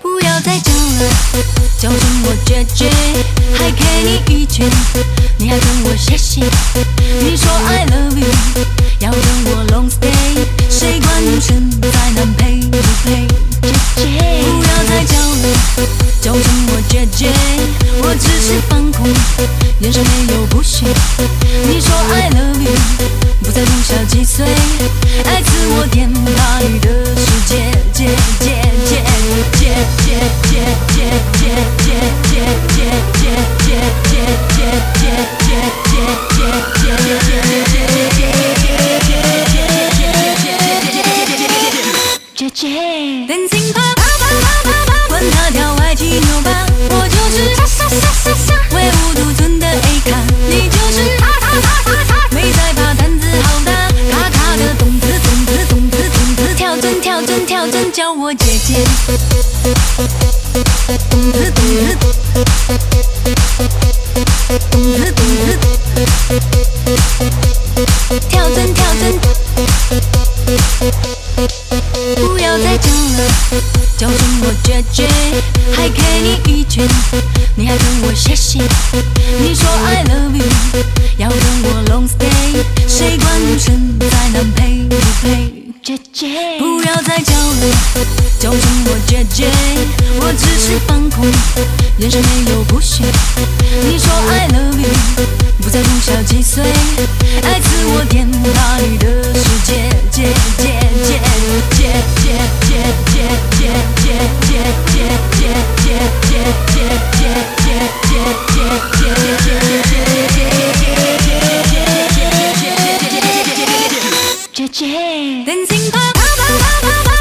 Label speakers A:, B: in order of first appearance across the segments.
A: 不要再讲了，就跟我决绝，还给你一拳，你还跟我谢谢。你说 I love you，要跟我 long stay，谁管你身材难配不配？姐姐，不要再讲了，就跟我决绝，我只是放空，眼神没有不屑。你说 I love you，不在乎小几岁，爱自我践踏你的世界，姐姐姐姐姐姐姐姐姐姐姐姐姐姐姐姐姐姐姐姐姐姐姐，Dancing pop，管他跳外七扭八，我就是傻傻傻傻傻，唯吾独尊的 A 咖，你就是他他他他他，没在怕胆子好大，卡卡的动子动子动子动子，跳针跳针跳针，叫我姐姐，动子动子，动子动子，跳针跳针。不要再讲了，就跟我决绝，还给你一拳，你还跟我谢谢。你说 I love you，要跟我 long stay，谁管你身材难配不配？姐姐，不要再讲了，就跟我决绝，我只是放空，眼神没有不屑。你说 I love you，不在乎小几岁，爱自我践踏你的世界，姐姐姐姐姐姐姐姐姐姐姐姐姐姐姐姐姐姐姐姐姐姐姐，Dancing pop，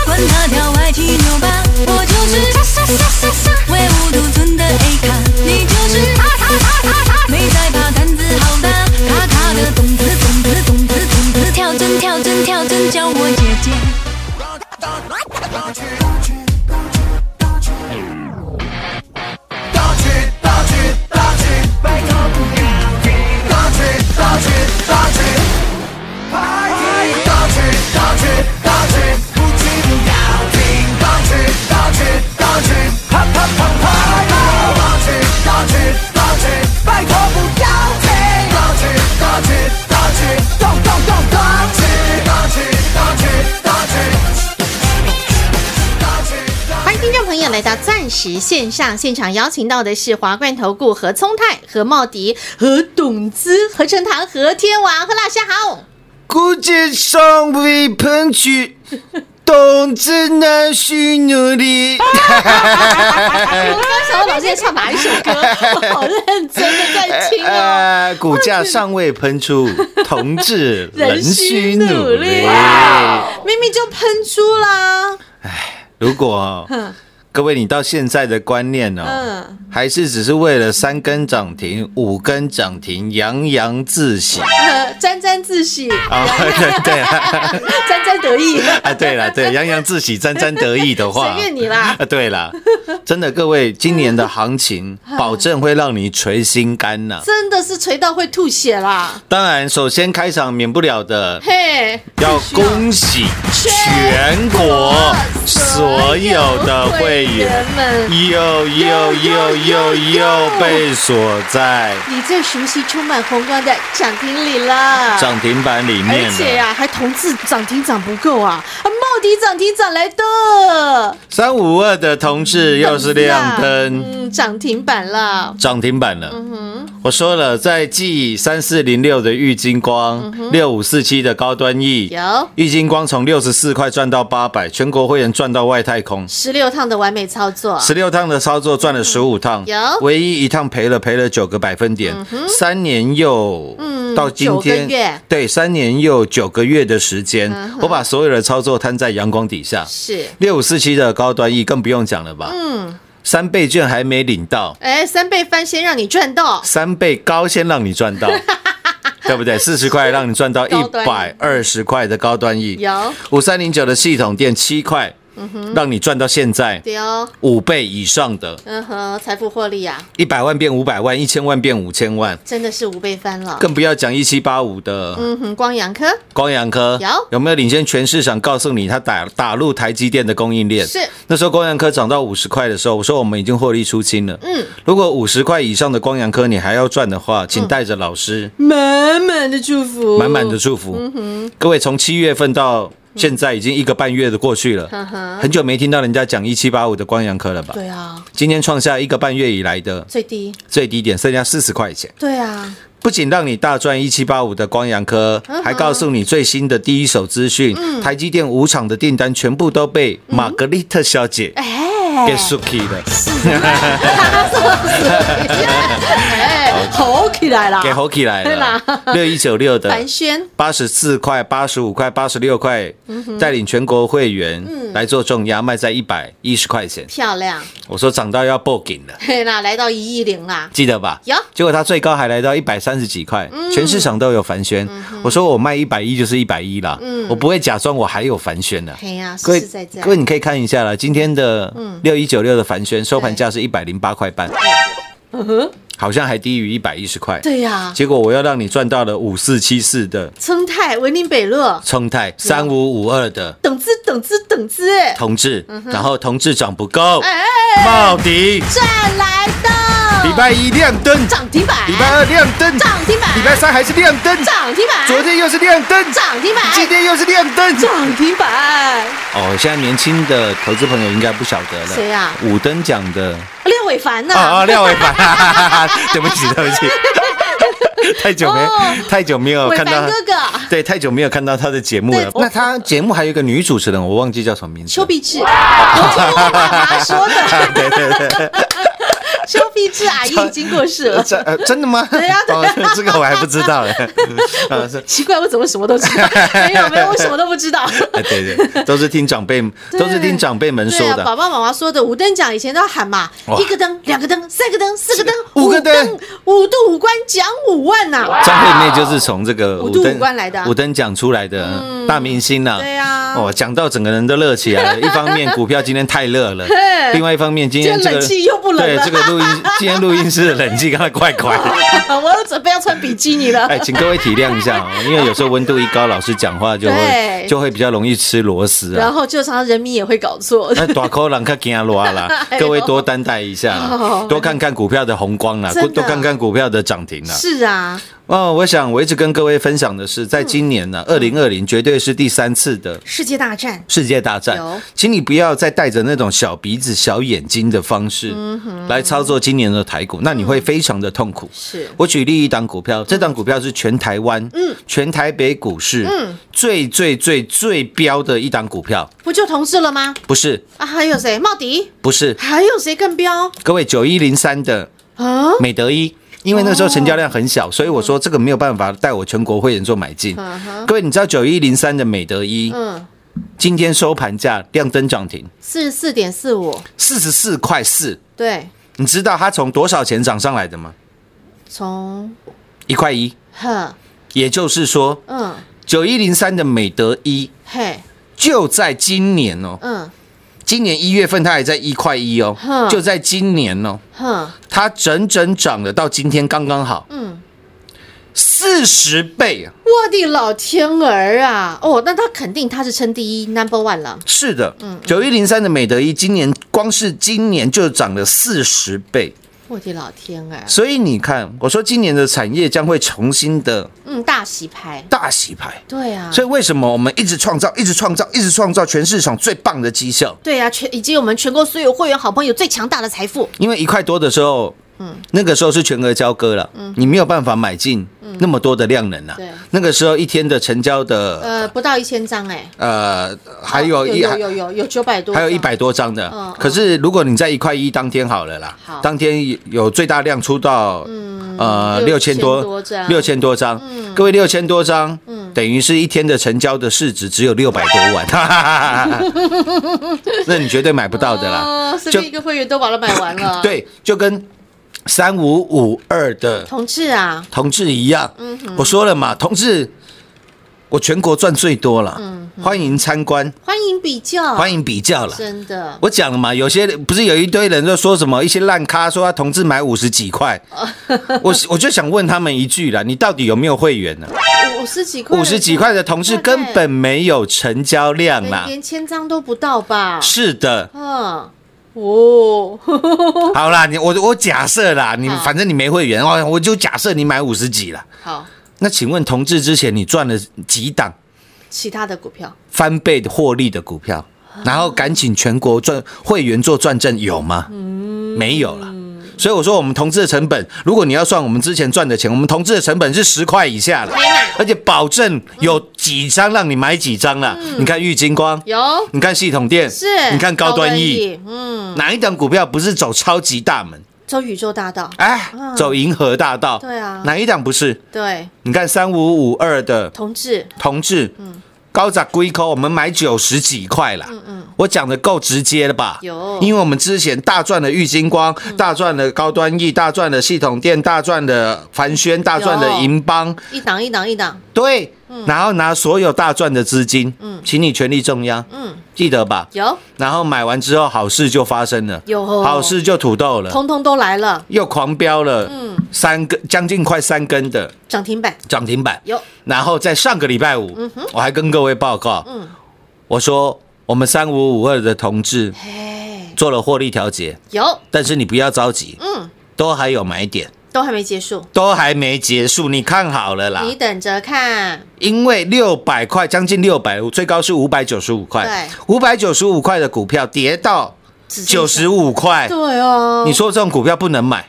A: 管他跳外七扭八，我就是傻傻傻傻傻，唯吾独尊的 A 咖，你就是他他他他他，没在怕胆子好大，卡卡的动子动子动子动子，跳针跳针跳针，叫我姐姐。
B: 欢迎听众朋友来到钻石线上现场，邀请到的是华冠投顾何聪泰、何茂迪、何董资、何成堂、何天王、何老师好。
C: 估计尚未喷去，懂自难需努力。
B: 我刚刚想到老师在唱哪一首歌，我好认真的在听哦。
C: 呃，股价尚未喷出，同志
B: 人
C: 仍
B: 需
C: 需
B: 努
C: 努
B: 力
C: 力。
B: 明明就喷出啦，
C: 如果哦
B: 哼
C: 各位你到现在的观念哦
B: 嗯，
C: 还是只是为了三根涨停、五根涨停洋洋自喜
B: 呃沾沾自喜，
C: 啊？ 对对啊，
B: 沾沾得意，
C: 啊对了对，洋洋自喜、沾沾得意的 话，
B: 随便你啦。
C: 啊，对啦，真的，各位，今年的行 情保证会让你捶心肝呐、
B: 真的是锤到会吐血啦！
C: 当然，首先开场免不了的
B: 嘿，
C: 要恭喜全国所有的会员
B: 们，
C: 又又又又又被锁在
B: 你最熟悉充满红光的涨停里了。
C: 涨停板里面
B: 而且
C: 了。
B: 呀、还同志涨停涨不够啊，啊茂迪涨停涨来的，
C: 三五二的同志又是亮灯
B: 嗯嗯，涨停板了。
C: 涨停板了，我说了，在 G 三四零六的玉金光，
B: 嗯
C: 六五四七的高端 E，
B: 有
C: 玉金光从六十四块赚到八百，全国会员赚到外太空。
B: 十六趟的完美操作，
C: 十六趟的操作赚了十五趟，
B: 嗯有嗯
C: 唯一一趟赔了，赔了九个百分点，三年又到今
B: 九个月
C: 天，对，三年又九个月的时间
B: 嗯哼，
C: 我把所有的操作摊在阳光底下。
B: 是，
C: 六五四七的高端 E 更不用讲了吧？嗯，三倍券还没领到，
B: 哎，三倍翻先让你赚到，
C: 三倍高先让你赚 到，对不对？四十块让你赚到一
B: 高端
C: 百二十块的高端 E，
B: 有嗯
C: 五三零九的系统店七块，让你赚到现在
B: 对哦，
C: 五倍以上的，
B: 嗯哼，财富获利啊，
C: 一百万变五百万，一千万变五千万。
B: 真的是五倍翻了，
C: 更不要讲一七八五的
B: 嗯哼，光阳科
C: 光阳科
B: 有
C: 有没有领先全市场？告诉你，它打打入台积电的供应链。
B: 是
C: 那时候光阳科涨到五十块的时候，我说我们已经获利出清了。
B: 嗯，
C: 如果五十块以上的光阳科你还要赚的话，请带着老师
B: 满满的祝福，
C: 满满的，祝
B: 嗯
C: 福。各位，从七月份到现在已经一个半月的过去了，
B: 呵呵，
C: 很久没听到人家讲一七八五的光阳科了吧？
B: 嗯对啊，
C: 今天创下一个半月以来的
B: 最低，
C: 最低点，剩下四十块钱。
B: 对啊，
C: 不仅让你大赚一七八五的光阳科，
B: 嗯
C: 还告诉你最新的第一手资讯，台积电五厂的订单全部都被玛格丽特小姐
B: 嗯哎，
C: 给 suki 了，
B: 哎，吼起来啦，
C: 给 hoki 来
B: 对啦
C: 了，六一九 六的
B: 凡轩
C: 八十四块、八十五块、八十六块，
B: 嗯
C: 带领全国会员来做重压，卖在一百一十块钱。
B: 漂亮，
C: 我说涨到要报警了。
B: 嘿啦，来到一亿零啦，
C: 记得吧？
B: 有嗯
C: 结果它最高还来到一百三十几块，全市场都有凡轩。我说我卖一百一就是一百一啦，
B: 嗯
C: 我不会假装我还有凡轩的。
B: 嘿呀，
C: 各
B: 实
C: 位
B: 实在在
C: 各，位，你可以看一下了，今天的六一九六的凡轩收盘
B: 对嗯
C: 价是一百零八块半，好像还低于一百一十块。
B: 对啊呀，
C: 结果我要让你赚到了五四七四的
B: 称泰文林北乐，
C: 冲泰，
B: 啊
C: 三五五二的
B: 等资等资等资，
C: 同志，然后同志涨不够，
B: 嗯哎，
C: 茂迪
B: 赚来的，
C: 礼拜一亮灯，
B: 涨停板，
C: 礼拜二亮灯，
B: 涨停板
C: 礼拜三还是亮灯，
B: 涨停板，
C: 昨天又是亮灯，
B: 涨停板，
C: 今天又是亮灯。
B: 涨停板，
C: 哦，现在年轻的投资朋友应该不晓得了。
B: 谁啊
C: 五等奖的
B: 廖伟凡呐、
C: 哦哦，廖伟凡， 哈哈哈哈对不起，对 不起，太久没、
B: 哦
C: 太久没有
B: 伟
C: 看到
B: 凡
C: 他
B: 哥哥，
C: 对，太久没有看到他的节目了。
B: 对
C: 那他节目还有一个女主持人，我忘记叫什么名字
B: 丘
C: 了。
B: 比志，我就是我妈妈说的，
C: 对对 对，
B: 丘比志阿姨已经过世了。
C: 真呃真的吗？
B: 对啊对
C: 哦，这个我还不知道 嘞。啊，是，
B: 奇怪，我怎么什么都知道？没有没有，我什么都不知道。
C: 哎，对对，都是听长辈，都是听长辈们
B: 对
C: 说
B: 啊，
C: 的。
B: 爸爸妈妈说的五灯奖以前都要喊嘛，
C: 哇
B: 一个灯、两个灯、三个灯、四个灯、
C: 五个灯
B: 灯，五度五关奖五万呐、
C: 张惠妹就是从这个
B: 五度五关来的啊嗯
C: 五等奖出来的大明星呐、
B: 对啊
C: 哦，讲到整个人都热起 来了。一方面股票今天太热了，另外一方面今天
B: 今
C: 这
B: 天
C: 个
B: 冷气又不冷
C: 对
B: 了
C: 这个录 音，今天录音室的冷气刚才怪怪的。
B: 我又准备要穿比基尼了。
C: 哎，请各位体谅一下啊，因为有时候温度一高，老师讲话就会
B: 对
C: 就会比较容易吃螺丝
B: 然
C: 啊。
B: 后就常常人民也会搞错。，
C: 那啊大口人较惊热啦
B: 哎呦
C: 各位多担待一下
B: 哦
C: 啦，多看看股票的红光啦
B: 真的，
C: 多看看股票的涨停啦。
B: 是啊，
C: 哦，我想我一直跟各位分享的是，在今年呢、二零二零绝对是第三次的
B: 世界大战
C: 世界大战
B: 有，
C: 请你不要再带着那种小鼻子、小眼睛的方式来操作今年的台股，那你会非常的痛苦。
B: 是
C: 我举例一档股票，这档股票是全台湾、嗯，全台北股市、嗯、最最最最标的一档股票，
B: 不就同志了吗？
C: 不是
B: 啊，还有谁？茂迪，
C: 不是，
B: 还有谁更标
C: 各位九一零三的
B: 啊？
C: 美德一。因为那时候成交量很小，所以我说这个没有办法带我全国会员做买进。
B: 嗯哼，
C: 各位，你知道九一零三的美德一
B: 嗯，
C: 今天收盘价亮灯涨停
B: 四十四点四五，
C: 四十四块四，
B: 对，
C: 你知道它从多少钱涨上来的吗？
B: 从
C: 一块一，
B: 呵，
C: 也就是说
B: 嗯，
C: 九一零三的美德一
B: 嘿，
C: 就在今年哦，
B: 嗯，
C: 今年一月份它还在一块一哦
B: 哼，
C: 就在今年哦，
B: 哼，
C: 它整整涨了到今天刚刚好，
B: 嗯，
C: 四十倍啊！
B: 我的老天儿啊！哦，那他肯定他是称第一 number one 了，
C: 是的，九一零三的美德一今年光是今年就涨了四十倍，
B: 我的老天儿，
C: 所以你看，我说今年的产业将会重新的
B: 嗯，大洗牌，
C: 大洗牌。
B: 对啊，
C: 所以为什么我们一直创造、一直创造、一直创造全市场最棒的绩效？
B: 对啊，全以及我们全国所有会员好朋友最强大的财富，
C: 因为一块多的时候，嗯，那个时候是全额交割了，你没有办法买进那么多的量能啊
B: 对。
C: 那个时候一天的成交的
B: 呃，不到一千张哎，
C: 呃，还有一
B: 有有有有九百多，
C: 还有一百多张的
B: 嗯嗯，
C: 可是如果你在一块一当天好了啦
B: 好，嗯
C: 当天有有最大量出到呃六千
B: 多
C: 多
B: 张嗯
C: 六千多张，各位六千多张，等于是一天的成交的市值只有六百多 万，哈哈哈哈那你绝对买不到的啦。。，
B: 哦，随便一个会员都把它买完了
C: 对，就跟三五五二的
B: 同志啊，
C: 同志一样，
B: 嗯
C: 我说了嘛，同志。我全国赚最多了，
B: 嗯
C: 欢迎参观，
B: 欢迎比较，
C: 欢迎比较了。
B: 真的，
C: 我讲了嘛，有些不是有一堆人都说什么一些烂咖说他同志买五十几块，我我就想问他们一句啦，你到底有没有会员呢、
B: 五十几块，
C: 五十几块的同志根本没有成交量
B: 连
C: 啦。
B: 连千张都不到吧？
C: 是的，
B: 嗯，哦，
C: 好啦，你我我假设啦，你
B: 好
C: 反正你没会员哦，我就假设你买五十几啦。
B: 好，
C: 那请问同志之前你赚了几档
B: 其他的股票
C: 翻倍的获利的股票，然后赶紧全国赚会员做转正有吗？没有了。所以我说，我们同志的成本，如果你要算我们之前赚的钱，我们同志的成本是十块以下了，而且保证有几张让你买几张啦。你看玉金光，
B: 有
C: 你看系统店，
B: 嗯是，
C: 你看高端 E，，
B: 嗯，
C: 哪一档股票不是走超级大门？
B: 走宇宙大道，
C: 哎，走银河大道。
B: 嗯对啊
C: 哪一档不是？
B: 对，
C: 你看三五五二的
B: 同志，
C: 同志，高涨龟扣，我们买九十几块啦。我讲的够直接了吧？
B: 嗯有嗯
C: 因为我们之前大赚了玉金光，大赚了高端 E，大赚了系统店，大赚了凡轩，大赚了银邦，
B: 一档一档一档，
C: 对，
B: 嗯
C: 然后拿所有大赚的资金，请你全力中央，
B: 嗯，
C: 记得吧？
B: 有，
C: 然后买完之后，好事就发生了，
B: 有哦
C: 好事就土豆了，
B: 通通都来了，
C: 又狂飙了，
B: 嗯
C: 三根将近快三根的
B: 涨停板
C: 涨停板，
B: 有，
C: 然后在上个礼拜五，
B: 嗯
C: 我还跟各位报告，我说我们三五五二的同志
B: 哎，
C: 做了获利调节，
B: 有，
C: 但是你不要着急，
B: 嗯，
C: 都还有买点，
B: 都还没结束，
C: 都还没结束，你看好了啦。
B: 你等着看，
C: 因为六百块，将近六百，最高是五百九十五块，五百九十五块的股票跌到
B: 只剩
C: 九
B: 下
C: 十五块，
B: 对哦，
C: 你说这种股票不能买，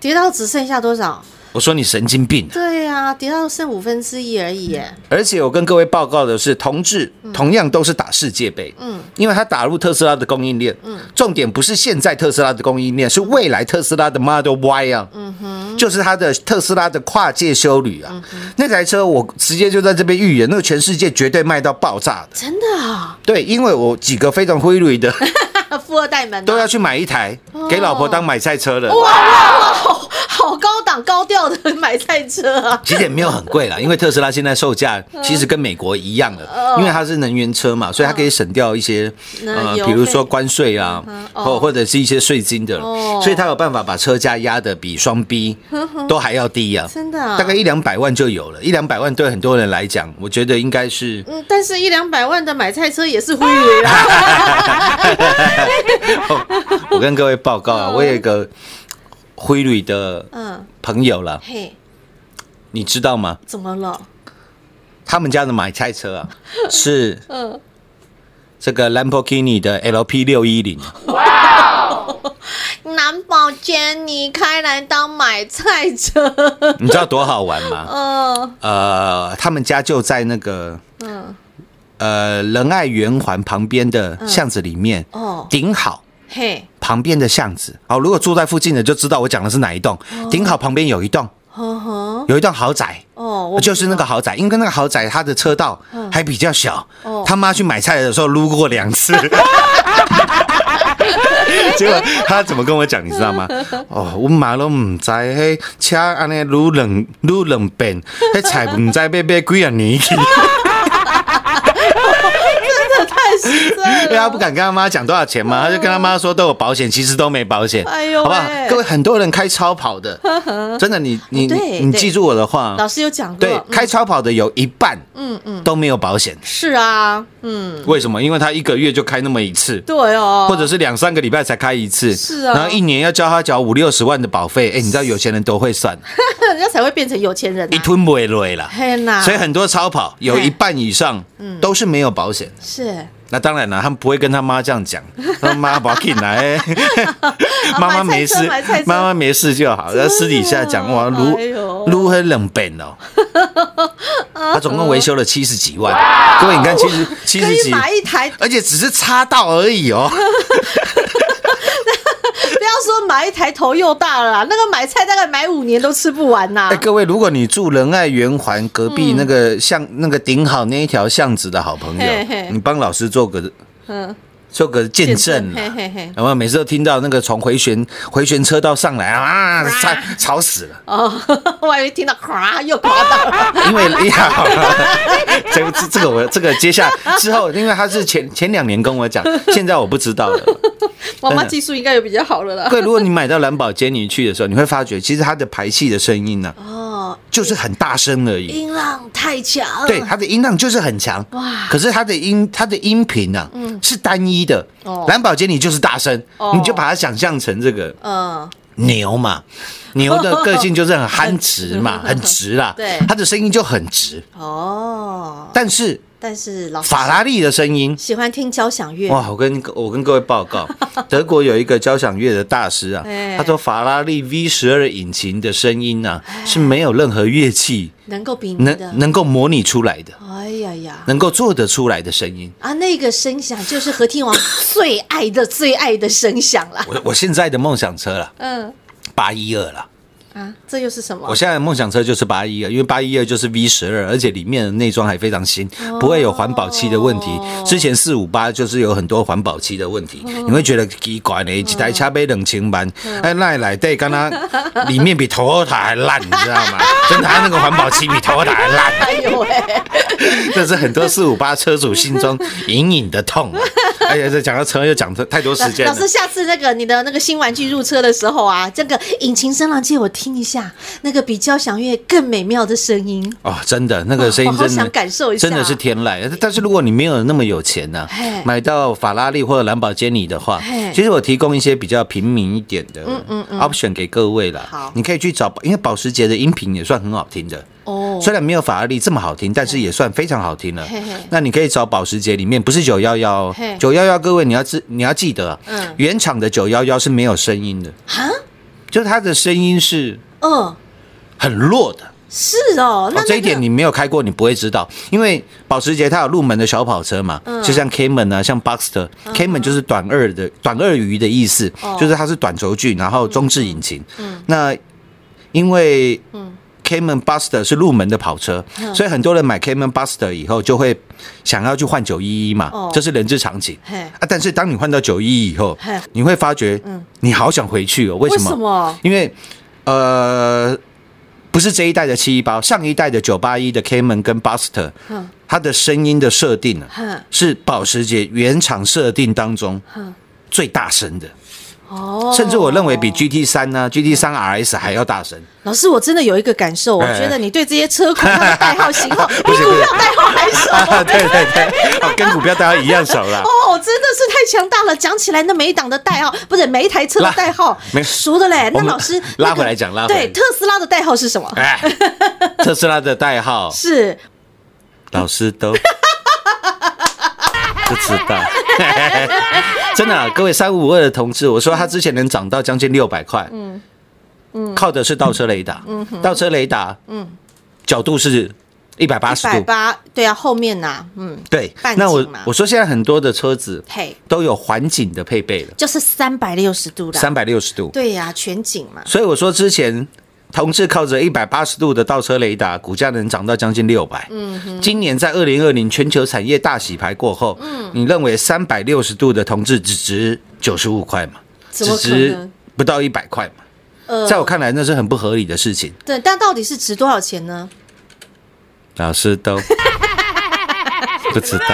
B: 跌到只剩下多少？
C: 我说你神经病啊。
B: 对呀、跌到剩五分之一而已耶。
C: 而且我跟各位报告的是，同志同样都是打世界杯，
B: 嗯
C: 嗯，因为他打入特斯拉的供应链，嗯，重点不是现在特斯拉的供应链，是未来特斯拉的 Model Y 啊，嗯哼，就是它的特斯拉的跨界修旅啊，那台车我直接就在这边预言，那个全世界绝对卖到爆炸的，
B: 真的啊，
C: 对，因为我几个非常灰绿 的
B: 富二代们啊
C: 都要去买一台，给老婆当买菜车了。
B: 好高档高调的买菜车啊，
C: 其实也没有很贵 啦，因为特斯拉现在售价
B: 嗯
C: 其实跟美国一样
B: 哦
C: 的，因为它是能源车嘛，所以它可以省掉一些
B: 那
C: 呃，
B: 哦油
C: 比
B: 费
C: 如说关税啊，
B: 哦
C: 或或者是一些税金的
B: 哦，
C: 所以它有办法把车价压得比双 B 都还要低啊，
B: 真的啊
C: 大概一两百万就有了，一两百万对很多人来讲，我觉得应该 是
B: 嗯，但是一两百万的买菜车也是灰驴 啊，
C: 我跟各位报告啊，我有一个灰旅的
B: 嗯，
C: 朋友啦，
B: 嘿，
C: 你知道吗？
B: 怎么了？
C: 他们家的买菜车啊， 是
B: 嗯，
C: 这个兰博基尼的 LP 六一零。
B: 蓝宝坚尼开来当买菜车，
C: 你知道多好玩吗？
B: 嗯
C: 呃，他们家就在那个
B: 嗯，
C: 呃仁爱圆环旁边的巷子里面，
B: 哦，
C: 顶好
B: 嘿，
C: 旁边的巷子。哦，如果住在附近的就知道我讲的是哪一栋。
B: 哦
C: 顶好旁边有一栋，
B: 呵呵，
C: 有一栋豪宅。
B: 哦，我
C: 就是那个豪宅，因为那个豪宅它的车道
B: 嗯
C: 还比较小，
B: 哦
C: 他妈去买菜的时候撸过两 次，结果他怎么跟我讲，你知道吗？哦，我妈都唔知，迄车安尼撸两撸两遍，迄菜唔知要买几啊 年去，
B: 太实在
C: 因为他不
B: 了，嗯
C: 敢跟他妈讲多少钱嘛，他就跟他妈说都有保险，其实都没保险，
B: 哎呦
C: 好不好
B: 喂？
C: 各位很多人开超跑的，真的，你你
B: 哦对
C: 你你
B: 对
C: 记住我的话，
B: 老师有讲过，
C: 对，开超跑的有一半
B: 嗯嗯，
C: 都没有保险。
B: 是啊，嗯，
C: 为什么？因为他一个月就开那么一次，
B: 对哦，
C: 或者是两三个礼拜才开一次，
B: 是啊
C: 然后一年要交他缴五六十万的保费，哎，你知道有钱人都会 算，
B: 人家才会变成有钱人、啊，
C: 一吞 不累啦。
B: 啊嘿啦，嗯
C: 所以很多超跑有一半以上都是没有保险，
B: 是
C: 那当然了，他们不会跟他妈这样讲， 他妈把进来， 妈妈没事
B: 买菜车买菜，车
C: 妈妈没事就好。然后私底下讲哇，如
B: 哎呦
C: 如何冷本 哦，他总共维修了七十几万，各位你看七十七
B: 可
C: 十
B: 以
C: 几，
B: 买一台，
C: 而且只是擦到而已哦。
B: 不要说买一台头又大了啦，那个买菜大概买五年都吃不完呐
C: 哎、。各位，如果你住仁爱圆环隔
B: 嗯
C: 壁那个巷、那个顶好那一条巷子的好朋友，
B: 嘿嘿
C: 你帮老师做个
B: 嗯，
C: 做个见证啊
B: 见证嘿嘿
C: 啦
B: 嘿。
C: 然后每次都听到那个从回旋回旋车道上来啊，吵吵死了，
B: 哦， 我还以为听到咵又刮到了，
C: 因为哎呀，这个这这个我这个接下之后，因为他是前前两年跟我 讲，现在我不知道了。
B: 妈
C: 哎
B: 妈技术应该有比较好了啦。
C: 各位，如果你买到蓝宝坚尼去的时候，你会发觉其实它的排气的声音呢、
B: 哦，
C: 就是很大声而已。
B: 音浪太强，
C: 对，它的音量就是很强。
B: 嗯哇嗯
C: 可是它的音，它的音频啊，是单一的。
B: 哦
C: 蓝宝坚尼就是大声，
B: 哦
C: 你就把它想象成这个
B: 嗯，
C: 牛嘛，牛的个性就是很憨直 嘛，很直啦。
B: 对
C: 它的声音就很直。
B: 哦，
C: 但是
B: 但是老师
C: 法拉利的声音，
B: 喜欢听交响乐，
C: 哇！我跟我跟各位报 告，德国有一个交响乐的大师啊
B: 哎，
C: 他说法拉利 V 十二引擎的声音啊是没有任何乐器
B: 能够比拟哎的
C: 能，能够模拟出来的，
B: 哎呀呀，
C: 能够做得出来的声音。
B: 啊，那个声响就是和天王最爱的最爱的声响啦。
C: 我我现在的梦想车了，
B: 嗯
C: 八一二了。
B: 啊，这又是什么
C: 我？现在的梦想车就是八一二，因为八一二就是 V 十二，而且里面的内装还非常新，不会有环保器的问题。之前四五八就是有很多环保器的问题，你会觉得奇怪呢，一台车被冷清版，哎，那来对，刚刚里面比 Toyota 还烂，你知道吗？真的，它那个环保器比 Toyota 还烂。
B: 哎呦喂、
C: 这是很多四五八车主心中隐隐的痛、啊。而且这讲到车又讲太多时间
B: 老
C: 了
B: 师，。下次那个你的那个新玩具入车的时候啊，这个引擎声浪借我听一下，那个比交响乐更美妙的声音。
C: 哦，真的，那个声音
B: 哦
C: 真
B: 好
C: 的，
B: 想感受一下
C: 真的是天籁。但是如果你没有那么有钱呢、
B: 嘿
C: 买到法拉利或者兰博基尼的话
B: 嘿，嗯
C: 其实我提供一些比较平民一点的 option 给各位啦。
B: 好
C: 你可以去找，因为保时捷的音频也算很好听的。
B: 哦，
C: 虽然没有法拉利这么好听，但是也算非常好听了
B: 嘿嘿。
C: 那你可以找保时捷里面不是九幺幺
B: 嘿，
C: 九幺幺各位你要知你要记得，啊
B: 嗯
C: 原厂的九幺幺是没有声音的，
B: 哈，
C: 就是它的声音是
B: 嗯，
C: 很弱的。
B: 是哦，那、那
C: 哦，这一点
B: 你
C: 你没有开过，你不会知道，因为保时捷它有入门的小跑车嘛，
B: 嗯
C: 就像 Cayman 啊，像 Boxster，Cayman、就是短二的短二鱼的意思，
B: 哦嗯
C: 就是它是短轴距，然后中置引擎。那因为 Cayman Buster 是入门的跑车，
B: 嗯
C: 所以很多人买 Cayman Buster 以后就会想要去换九一一嘛
B: 哦，
C: 这是人之常情。
B: 嘿
C: 啊，但是当你换到九一以后
B: 嘿，嗯
C: 你会发觉，你好想回去哦，为什么？
B: 为什么
C: 因为呃，不是这一代的七一八，上一代的九八一的 Cayman 跟 Buster，它的声音的设定呢啊
B: 哼，
C: 是保时捷原厂设定当中最大声的，
B: 哦，
C: 甚至我认为比 GT 三呢、GT 三 RS 还要大声。
B: 老师，我真的有一个感受，我
C: 哎
B: 觉得你对这些车款它的代号型 号哎比
C: 不行
B: 股
C: 不行
B: 票代号还熟。
C: 啊， 对对对，哦跟股票大家一样熟啦。
B: 哦，真的是太强大了！讲起来，那每一档的代号，不是每一台车的
C: 拉
B: 代号
C: 没，有
B: 熟的嘞。
C: 我
B: 那
C: 们
B: 老师
C: 拉
B: 那个
C: 回来讲拉回来
B: 对，特斯拉的代号是什么？
C: 哎，特斯拉的代号
B: 是
C: 老师都不知道， 真的、啊，各位三五二的同志，我说他之前能涨到将近六百块，嗯嗯，靠的是倒车雷达，嗯，倒车雷达，嗯，角度是一百八
B: 一
C: 十
B: 百
C: 度，
B: 八，对啊，后面呐，嗯，
C: 对
B: 半，
C: 那我
B: 径嘛
C: 我说现在很多的车子
B: 嘿，
C: 都有环景的配备了，
B: 就是三百六十度啦。
C: 三百六十度，
B: 对呀，全景嘛。
C: 所以我说之前。同志靠着一百八十度的倒车雷达，股价能涨到将近六百。嗯，今年在二零二零全球产业大洗牌过后，嗯，你认为三百六十度的同志只值九十五块吗？只
B: 怎么可能
C: 值不到一百块嘛？
B: 呃
C: 在我看来，那是很不合理的事情。
B: 对，但到底是值多少钱呢？
C: 老师 都不知道。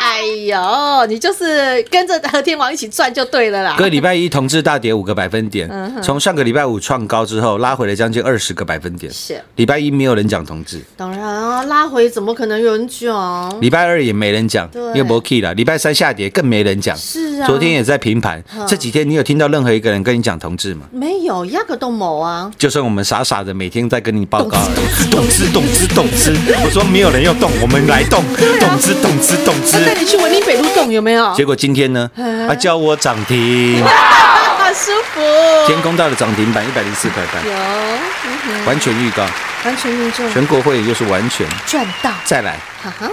B: 哎呦，你就是跟着和天王一起赚就对了啦。
C: 各位，礼拜一同志大跌五个百分点，
B: 嗯
C: 从上个礼拜五创高之后拉回了将近二十个百分点。
B: 是，
C: 礼拜一没有人讲同志。
B: 当然啊，拉回怎么可能有人讲？
C: 礼拜二也没人讲
B: 对，
C: 又没 key 了。礼拜三下跌更没人讲，
B: 是啊
C: 昨天也在平盘。这几天你有听到任何一个人跟你讲同志吗？
B: 没有，压个都某啊。
C: 就剩我们傻傻的每天在跟你报告啊而已，
B: 啊
C: 动之动之动之。我说没有人要动，我们来动，动之动之动之
B: 哎那。带你去文力西北路动有没有？
C: 结果今天呢，啊叫我涨停，
B: 好舒服。
C: 天公道的涨停板一百零四块半，
B: 有，嗯哼
C: 完全预告，
B: 完全命中，
C: 全国会又是完全
B: 赚到，
C: 再来
B: 哈哈，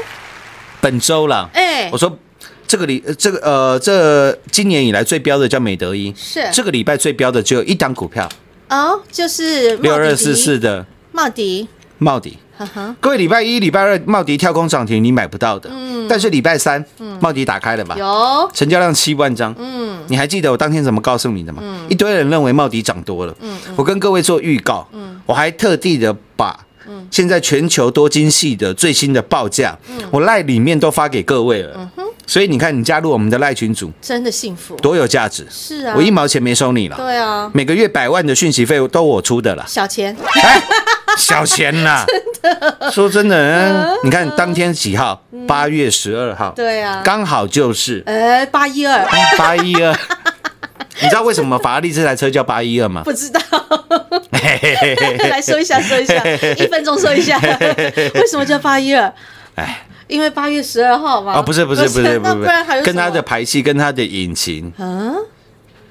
C: 本周啦，
B: 哎
C: 我说。这个礼，呃这个呃，这今年以来最标的叫美德一，
B: 是
C: 这个礼拜最标的只有一档股票，
B: 哦，就是
C: 六二四四的
B: 茂迪，
C: 茂迪。
B: 哈哈，
C: 各位礼拜一、礼拜二茂迪跳空涨停，你买不到的。但是礼拜三，茂迪打开了吧？
B: 嗯有，
C: 成交量七万张。嗯，你还记得我当天怎么告诉你的吗？
B: 嗯
C: 一堆人认为茂迪涨多了。我跟各位做预告。
B: 嗯
C: 我还特地的把。现在全球多晶系的最新的报价，
B: 嗯
C: 我赖里面都发给各位了，所以你看你加入我们的赖群组
B: 真的幸福，
C: 多有价值，
B: 是啊，
C: 我一毛钱没收你了，
B: 对啊，
C: 每个月百万的讯息费都我出的 啦。
B: 小钱
C: 哎，小钱啦，说真的，嗯你看当天几号？八月十二号，
B: 嗯对啊
C: 刚好就是
B: 哎，八一二，
C: 八一二。 你知道为什么法拉利这台车叫八一二吗？
B: 不知道，
C: 嘿嘿嘿嘿嘿
B: 来说一下，说一下，一分钟说一下，为什么叫八一二？
C: 哎，
B: 因为八月十二号嘛。
C: 哦，不是不是不是不
B: 那
C: 是，
B: 不然还有
C: 跟它
B: 什么
C: 的排气跟它的引擎
B: 嗯，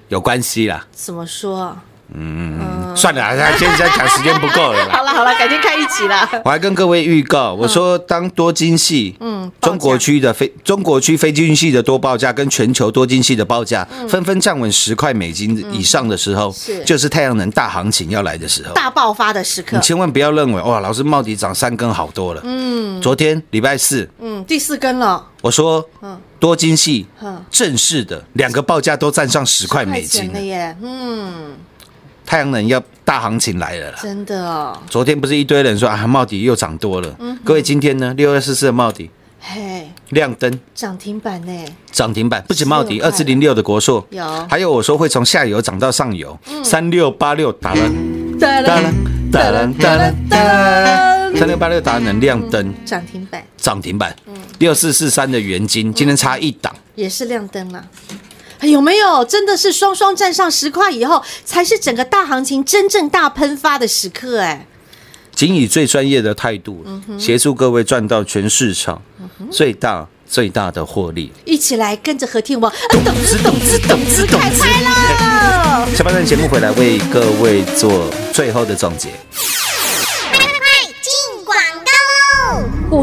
C: 有关系啦。
B: 怎么说啊？嗯
C: 算了啊，现在讲时间不够了啦。
B: 好了好了，改天看一集啦。
C: 我还跟各位预告，我说当多晶系，
B: 嗯报价
C: 中国区的非中国区非晶系的多报价跟全球多晶系的报价纷纷站稳十块美金以上的时候，
B: 嗯是
C: 就是太阳能大行情要来的时候。
B: 大爆发的时刻
C: 你，千万不要认为哇，老师茂迪涨三根好多了。嗯，昨天礼拜四
B: 嗯，第四根了，
C: 我说，多晶系
B: 嗯
C: 正式的两个报价都站上十块
B: 快
C: 美
B: 钱
C: 金
B: 了，耶，嗯，
C: 太阳能要大行情来了啦。
B: 真的哦，
C: 昨天不是一堆人说啊，茂迪又涨多了。
B: 嗯
C: 各位今天呢，六二四四的茂迪
B: 嘿，
C: 亮灯。
B: 涨停板呢，
C: 涨停板，不止茂迪
B: 16
C: 二四零六的国硕
B: 有
C: 还有我说会从下游涨到上游，三六八六打了
B: 哒
C: 打了打了打了打了，三六八六打能亮灯
B: 涨停板
C: 涨停板，六四四三的元金今天差一档，
B: 也是亮灯了。哎有没有真的是双双站上十块以后，才是整个大行情真正大喷发的时刻？哎，
C: 仅以最专业的态度协助各位赚到全市场最大最大的获利。
B: 一起来跟着和天王，啊懂之懂之懂之
C: 懂
B: 开拍了。
C: 下半段节目回来为各位做最后的总结。
D: 股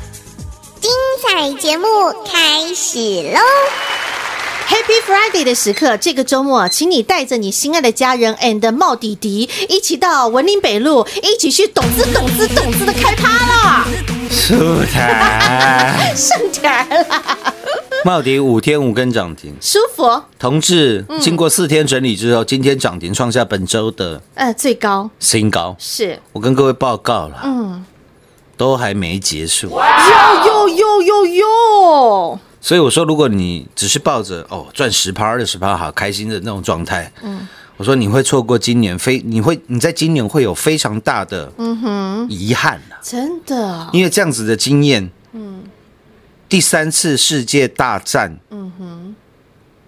E: 彩节目开始喽！
B: Happy Friday 的时刻，这个周末，请你带着你心爱的家人 and 茂弟弟一起到文林北路，一起去懂资懂资懂资的开趴啦，
C: 舒坦，
B: 盛甜啦，
C: 茂迪五天五根涨停，
B: 舒服，
C: 同志，经过四天整理之后，今天涨停创下本周的
B: 呃，最高
C: 新高。
B: 是
C: 我跟各位报告了，嗯，都还没结束，
B: 哟哟哟哟，
C: 所以我说，如果你只是抱着哦赚十趴、二十趴好开心的那种状态，嗯，我说你会错过今年非你会你在今年会有非常大的嗯哼遗憾啊，
B: 真的
C: 因为这样子的经验，嗯，第三次世界大战，嗯哼，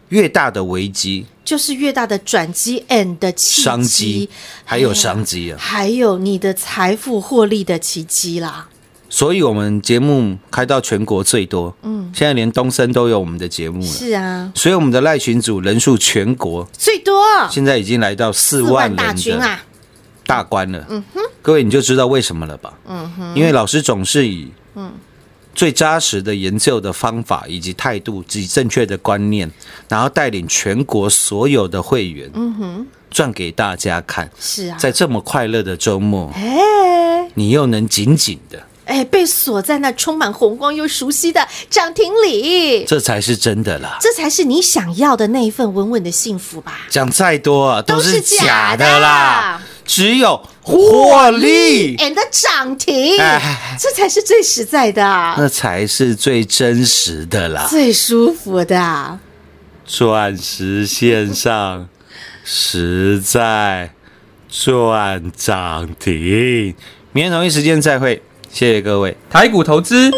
C: 越大的危机、
B: 就是越大的转机 and 的契机
C: 商机，还有商机啊，
B: 还有你的财富获利的奇迹啦，
C: 所以我们节目开到全国最多，嗯，现在连东森都有我们的节目了。
B: 是啊，
C: 所以我们的赖群组人数全国
B: 最多
C: 现在已经来到四
B: 啊四
C: 万
B: 万
C: 人
B: 大军
C: 的
B: 啊，
C: 大关了。各位你就知道为什么了吧？因为老师总是以最扎实的研究的方法以及态度及正确的观念，然后带领全国所有的会员，嗯哼，赚给大家看。
D: 是啊，
C: 在这么快乐的周末，
D: 哎
C: 你又能紧紧的，
D: 哎，被锁在那充满红光又熟悉的涨停里，
C: 这才是真的啦。
D: 这才是你想要的那一份稳稳的幸福吧？
C: 讲再多啊，
D: 都
C: 都
D: 是
C: 是
D: 假
C: 假
D: 的
C: 的啦，只有获利。
D: and 涨停
C: 哎，
D: 这才是最实在的，
C: 那才是最真实的啦！
D: 最舒服的。
C: 钻石线上，实在赚涨停。明天同一时间再会，谢谢各位。
F: 台股投资，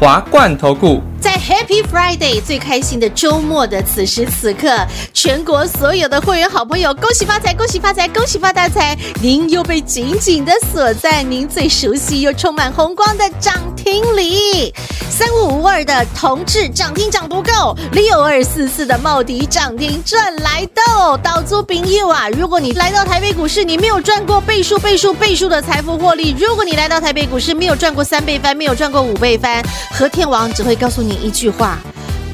F: 华冠投顾。
D: 在 Happy Friday 最开心的周末的此时此刻，全国所有的会员好朋友，恭喜发财，恭喜发财，恭喜发大财！您又被紧紧的锁在您最熟悉又充满红光的涨停里。三五五二的同志涨停涨不够，六二四四的茂迪涨停赚来豆，岛猪饼友啊！如果你来到台北股市，你没有赚过倍数、倍数、倍数的财富获利；如果你来到台北股市，没有赚过三倍翻，没有赚过五倍翻，和天王只会告诉你一句话。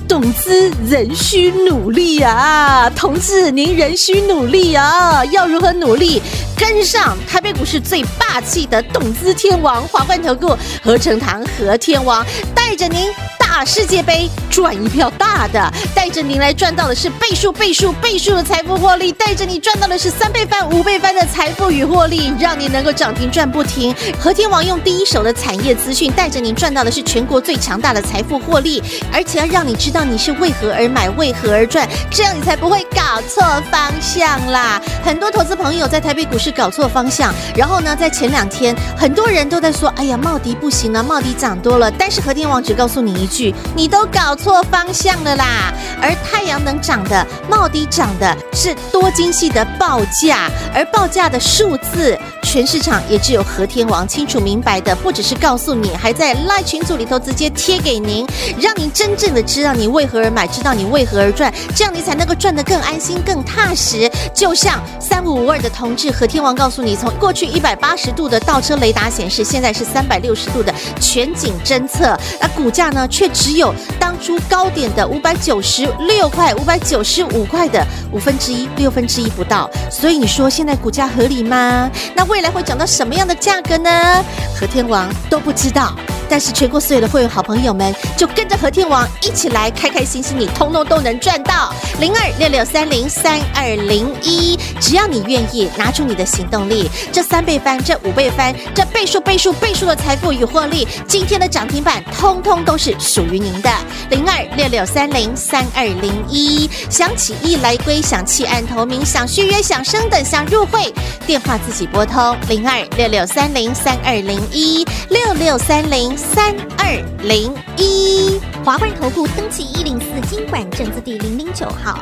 D: 董资仍需努力啊，同志，您仍需努力啊！要如何努力？跟上台北股市最霸气的董资天王华冠投顾合成堂和天王，带着您大世界杯赚一票大的，带着您来赚到的是倍数、倍数、倍数的财富获利，带着你赚到的是三倍翻、五倍翻的财富与获利，让您能够涨停赚不停。和天王用第一手的产业资讯，带着您赚到的是全国最强大的财富获利，而且要让你知道你是为何而买、为何而赚，这样你才不会搞错方向啦。很多投资朋友在台北股市搞错方向，然后呢，在前两天很多人都在说：“哎呀，茂迪不行了，茂迪涨多了。”但是和天王只告诉你一句：“你都搞错方向了啦。”而太阳能涨的、茂迪涨的是多晶系的报价，而报价的数字，全市场也只有和天王清楚明白的，不只是告诉你，还在赖群组里头直接贴给您，让您真正的知道你为何而买，知道你为何而赚，这样你才能够赚得更安心、更踏实。就像三五五二的同志和天王告诉你，从过去一百八十度的倒车雷达显示，现在是三百六十度的全景侦测，那股价呢却只有当初高点的五百九十六块、五百九十五块的五分之一、六分之一不到。所以你说现在股价合理吗？那未来会涨到什么样的价格呢？和天王都不知道。但是全国所有的会员好朋友们，就跟着和天王一起来，开开心心，你通通都能赚到零二六六三零三二零一。只要你愿意，拿出你的行动力，这三倍翻，这五倍翻，这倍数倍数倍数的财富与获利，今天的涨停板通通都是属于您的零二六六三零三二零一。想起义来归，想弃暗投明，想续约，想升等，想入会，电话自己拨通零二六六三零三二零一六六三零三二零一。
G: 华冠投顾登记一零四经管证字第零零九号。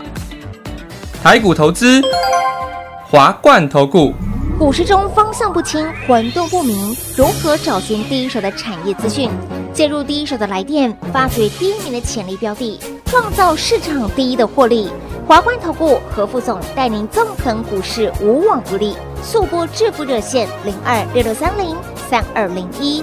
F: 台股投资，华冠投顾。
H: 股市中方向不清、混沌不明，如何找寻第一手的产业资讯？介入第一手的来电，发掘第一名的潜力标的，创造市场第一的获利。华冠投顾何副总带领纵横股市，无往不利。速播致富热线零二六六三零三二零一